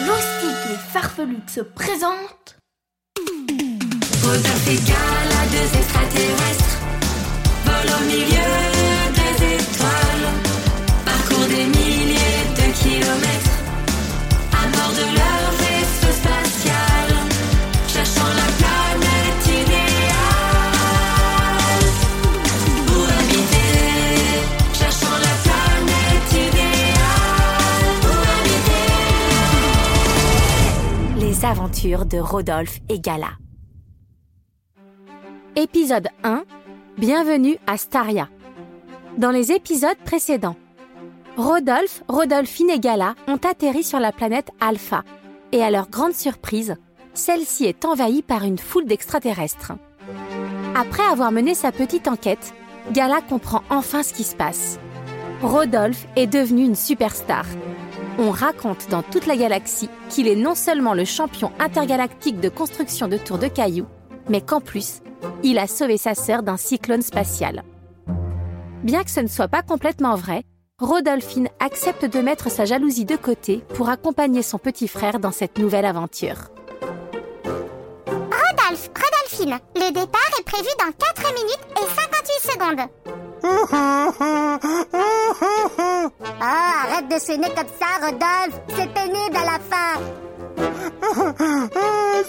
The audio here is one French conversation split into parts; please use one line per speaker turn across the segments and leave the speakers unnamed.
Loustique les farfelux se présente.
Aux à deux extraterrestres Vol au milieu des étoiles Parcours des milliers de kilomètres À bord de leur vaisseau spatial Cherchant la planète idéale Pour habiter Cherchant la planète idéale Pour habiter
Les aventures de Rodolphe et Gala. Épisode 1. Bienvenue à Staria. Dans les épisodes précédents, Rodolphe, Rodolphine et Gala ont atterri sur la planète Alpha. Et à leur grande surprise, celle-ci est envahie par une foule d'extraterrestres. Après avoir mené sa petite enquête, Gala comprend enfin ce qui se passe. Rodolphe est devenu une superstar. On raconte dans toute la galaxie qu'il est non seulement le champion intergalactique de construction de tours de cailloux, mais qu'en plus, il a sauvé sa sœur d'un cyclone spatial. Bien que ce ne soit pas complètement vrai, Rodolphine accepte de mettre sa jalousie de côté pour accompagner son petit frère dans cette nouvelle aventure.
Rodolphe, Rodolphine, le départ est prévu dans 4 minutes et 58 secondes. Oh, arrête de sonner comme ça, Rodolphe. C'est pénible à la fin.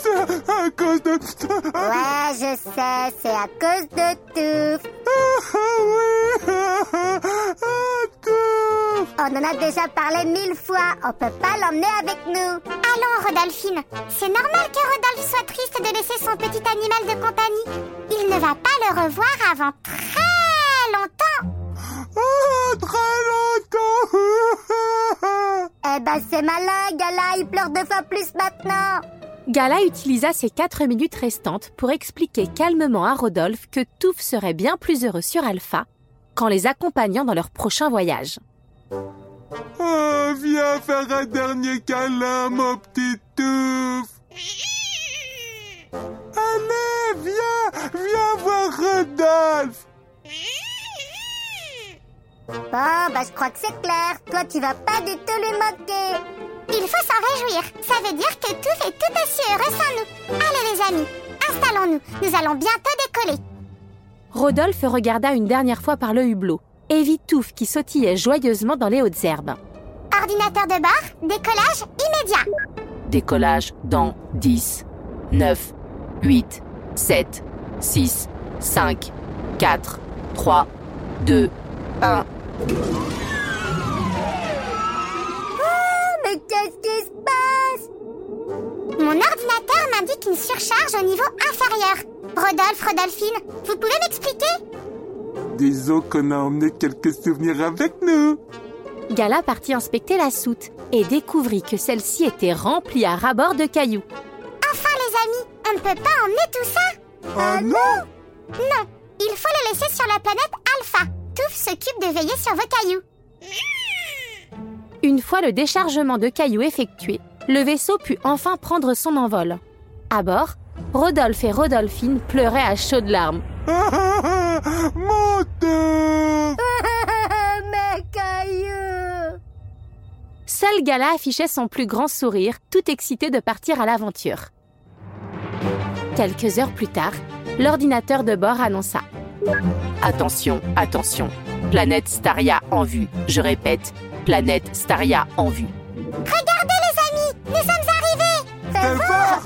c'est à cause de ça.
Ouais, je sais, c'est à cause de tout. On en a déjà parlé mille fois. On peut pas l'emmener avec nous.
Allons, Rodolphine. C'est normal que Rodolphe soit triste de laisser son petit animal de compagnie. Il ne va pas le revoir avant très longtemps.
Oh, très longtemps.
Eh ben, c'est malin, Gala. Il pleure deux fois plus maintenant.
Gala utilisa ses 4 minutes restantes pour expliquer calmement à Rodolphe que Touffe serait bien plus heureux sur Alpha qu'en les accompagnant dans leur prochain voyage.
Oh, viens faire un dernier câlin, mon petit touf. Allez, viens, viens voir Rodolphe.
Bon, bah, je crois que c'est clair. Toi, tu vas pas du tout lui moquer.
Il faut s'en réjouir. Ça veut dire que tout est tout aussi heureux sans nous. Allez les amis, installons-nous. Nous allons bientôt décoller.
Rodolphe regarda une dernière fois par le hublot et vit Touffe qui sautillait joyeusement dans les hautes herbes.
Ordinateur de bord, décollage immédiat.
Décollage dans 10, 9, 8, 7, 6, 5, 4, 3, 2, 1.
Oh, Mais qu'est-ce qui se passe
Mon ordinateur m'indique une surcharge au niveau inférieur. Rodolphe, Rodolphine, vous pouvez m'expliquer
Disons qu'on a emmené quelques souvenirs avec nous.
Gala partit inspecter la soute et découvrit que celle-ci était remplie à ras-bord de cailloux.
Enfin les amis, on ne peut pas emmener tout ça.
Oh non
Non, il faut les laisser sur la planète Alpha. Touf s'occupe de veiller sur vos cailloux.
Une fois le déchargement de cailloux effectué, le vaisseau put enfin prendre son envol. À bord, Rodolphe et Rodolphine pleuraient à chaudes larmes.
Mon touf
Mes cailloux
Seul Gala affichait son plus grand sourire, tout excité de partir à l'aventure. Quelques heures plus tard, l'ordinateur de bord annonça
Attention, attention. Planète Staria en vue. Je répète, planète Staria en vue.
Regardez les amis, nous sommes arrivés.
Fais voir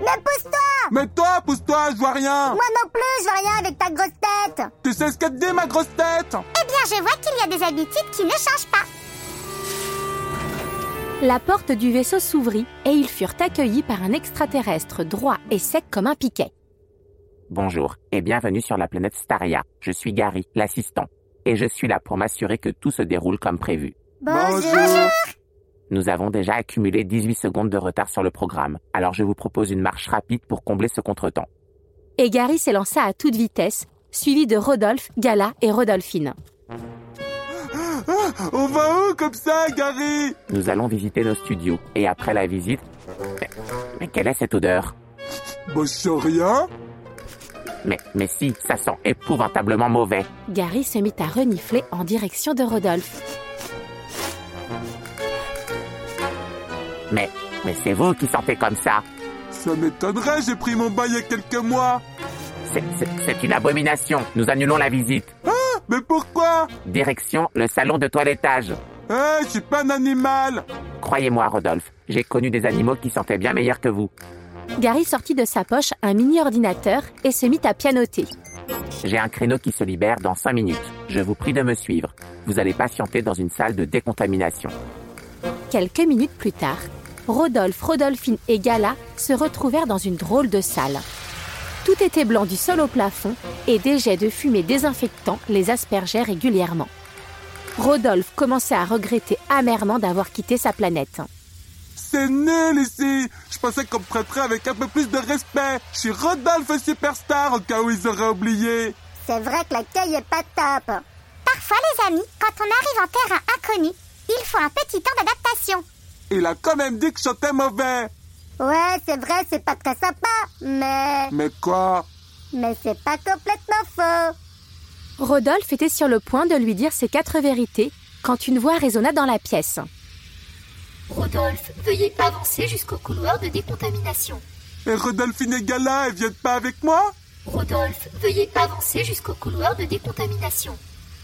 Mais pousse-toi
Mais toi, pousse-toi, je vois rien
Moi non plus, je vois rien avec ta grosse tête
Tu sais ce qu'elle dit, ma grosse tête
Eh bien, je vois qu'il y a des habitudes qui ne changent pas.
La porte du vaisseau s'ouvrit et ils furent accueillis par un extraterrestre droit et sec comme un piquet.
Bonjour et bienvenue sur la planète Staria. Je suis Gary, l'assistant.
et je suis là pour m'assurer que tout se déroule comme prévu.
Bonjour.
Nous avons déjà accumulé 18 secondes de retard sur le programme, alors je vous propose une marche rapide pour combler ce contretemps.
Et Gary s'élança à toute vitesse, suivi de Rodolphe, Gala et Rodolphine.
On va où comme ça, Gary
Nous allons visiter nos studios, et après la visite... Mais, mais quelle est cette odeur
Bah, je sais rien.
mais, mais si, ça sent épouvantablement mauvais.
Gary se mit à renifler en direction de Rodolphe.
Mais, mais c'est vous qui sentez comme ça.
Ça m'étonnerait, j'ai pris mon bain il y a quelques mois.
C'est- C'est c'est une abomination. Nous annulons la visite.
Mais pourquoi
Direction le salon de toilettage.
Eh, je suis pas un animal.
Croyez-moi, Rodolphe, j'ai connu des animaux qui sentaient bien meilleurs que vous.
Gary sortit de sa poche un mini ordinateur et se mit à pianoter.
J'ai un créneau qui se libère dans 5 minutes. Je vous prie de me suivre. Vous allez patienter dans une salle de décontamination.
Quelques minutes plus tard, Rodolphe, Rodolphine et Gala se retrouvèrent dans une drôle de salle. Tout était blanc du sol au plafond et des jets de fumée désinfectants les aspergeaient régulièrement. Rodolphe commençait à regretter amèrement d'avoir quitté sa planète.
C'est nul ici. Je pensais qu'on me traiterait avec un peu plus de respect. Je suis Rodolphe Superstar au cas où ils auraient oublié.
C'est vrai que l'accueil est pas top.
Parfois, les amis, quand on arrive en terrain inconnu, il faut un petit temps d'adaptation.
Il a quand même dit que je chantais mauvais.
Ouais, c'est vrai, c'est pas très sympa, mais...
Mais quoi
Mais c'est pas complètement faux.
Rodolphe était sur le point de lui dire ses quatre vérités quand une voix résonna dans la pièce.
Rodolphe, veuillez avancer jusqu'au couloir de décontamination.
Et Rodolphine et Gala, ils viennent pas avec moi
Rodolphe, veuillez avancer jusqu'au couloir de décontamination.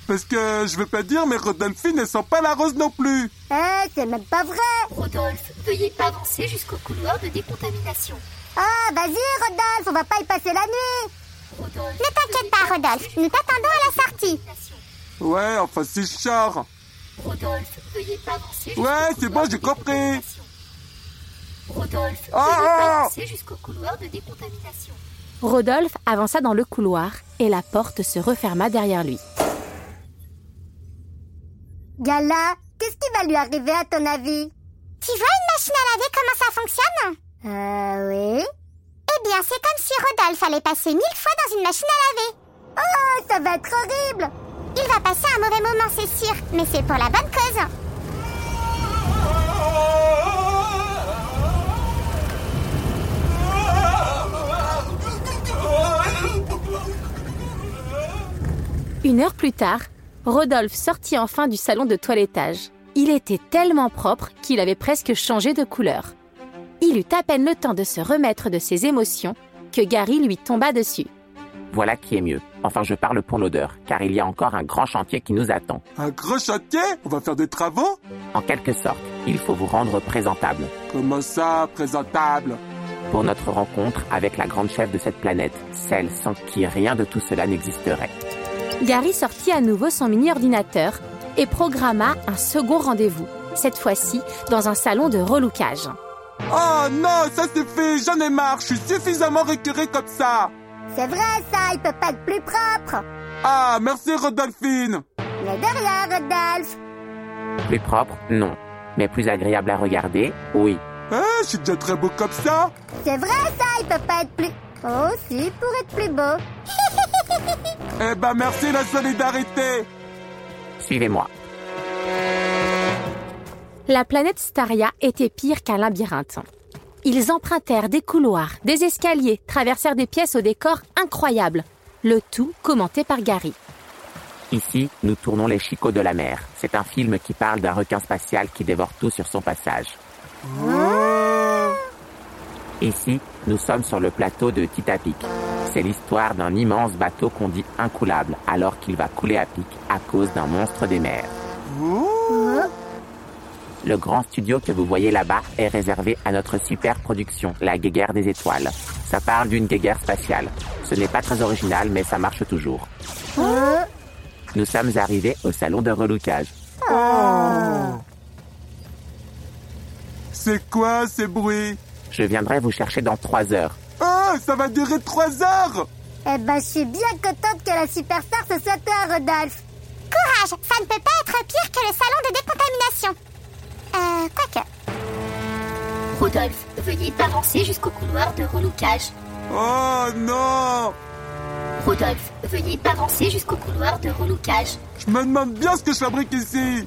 Parce que je veux pas dire, mais Rodolphine ne sent pas la rose non plus.
Eh, c'est même pas vrai.
Rodolphe, veuillez avancer jusqu'au couloir de décontamination.
Ah, vas-y, Rodolphe, on va pas y passer la nuit.
Rodolphe,
Ne t'inquiète pas, Rodolphe, nous t'attendons à la sortie.
décontamination.
Ouais, enfin si je sors.
Rodolphe, veuillez avancer jusqu'au
Ouais, c'est
couloir
bon, j'ai
de
compris.
décontamination. Rodolphe,
Ah,
veuillez
ah.
avancer jusqu'au couloir de décontamination.
Rodolphe avança dans le couloir et la porte se referma derrière lui.
Gala, qu'est-ce qui va lui arriver à ton avis
Tu vois une machine à laver comment ça fonctionne
Euh, oui.
Eh bien, c'est comme si Rodolphe allait passer mille fois dans une machine à laver.
Oh, ça va être horrible.
Il va passer un mauvais moment, c'est sûr, mais c'est pour la bonne cause.
ah.
Une heure plus tard, Rodolphe sortit enfin du salon de toilettage. Il était tellement propre qu'il avait presque changé de couleur. Il eut à peine le temps de se remettre de ses émotions que Gary lui tomba dessus.
Voilà qui est mieux. Enfin, je parle pour l'odeur, car il y a encore un grand chantier qui nous attend.
Un gros chantier On va faire des travaux
En quelque sorte, il faut vous rendre présentable
Comment ça, présentable
pour notre rencontre avec la grande chef de cette planète, celle sans qui rien de tout cela n'existerait.
Gary sortit à nouveau son mini-ordinateur et programma un second rendez-vous, cette fois-ci dans un salon de relookage.
Oh non, ça suffit, j'en ai marre, je suis suffisamment récuré comme ça
C'est vrai, ça, il peut pas être plus propre.
Ah, merci Rodolphine
Mais de rien, Rodolphe.
Plus propre, non. Mais plus agréable à regarder, oui.
Hein, je suis déjà très beau comme ça
C'est vrai, ça, il peut pas être plus... Oh, si, pour être plus beau.
Eh ben merci la solidarité
Suivez-moi.
La planète Staria était pire qu'un labyrinthe. Ils empruntèrent des couloirs, des escaliers, traversèrent des pièces au décor incroyable. Le tout commenté par Gary.
Ici, nous tournons Les Chicots de la mer. C'est un film qui parle d'un requin spatial qui dévore tout sur son passage. Ici, nous sommes sur le plateau de Titapic. C'est l'histoire d'un immense bateau qu'on dit incoulable alors qu'il va couler à pic à cause d'un monstre des mers. Le grand studio que vous voyez là-bas est réservé à notre super production, la Guéguerre des étoiles. Ça parle d'une guéguerre spatiale. Ce n'est pas très original, mais ça marche toujours. Nous sommes arrivés au salon de relookage.
Ah. C'est quoi ces bruits
Je viendrai vous chercher dans trois heures.
Oh, ça va durer trois heures
Eh ben, je suis bien contente que la superstar se soit toi, Rodolphe.
Quoi courage, ça ne peut pas être pire que le salon de décontamination. Euh, quoique.
Rodolphe, veuillez avancer jusqu'au couloir de reloucage.
Oh non
Rodolphe, veuillez avancer jusqu'au couloir de reloucage.
Je me demande bien ce que je fabrique ici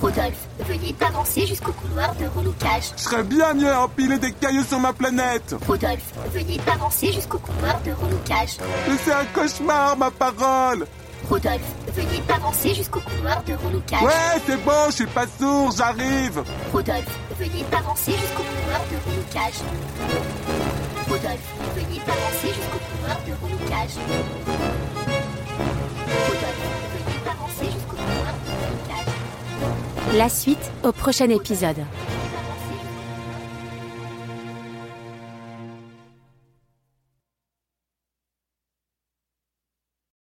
Rodolphe, veuillez avancer jusqu'au couloir de reloucage.
Je serais bien mieux à empiler des cailloux sur ma planète
Rodolphe, veuillez avancer jusqu'au couloir de reloucage.
Mais c'est un cauchemar, ma parole
Rodolphe, veuillez avancer jusqu'au couloir de reloucage.
Ouais, c'est bon, je suis pas sourd, j'arrive
Rodolphe, veuillez avancer jusqu'au couloir de reloucage. Rodolphe, veuillez avancer jusqu'au couloir de reloucage. Rodolphe, veuillez avancer jusqu'au couloir de reloucage.
La suite au prochain épisode.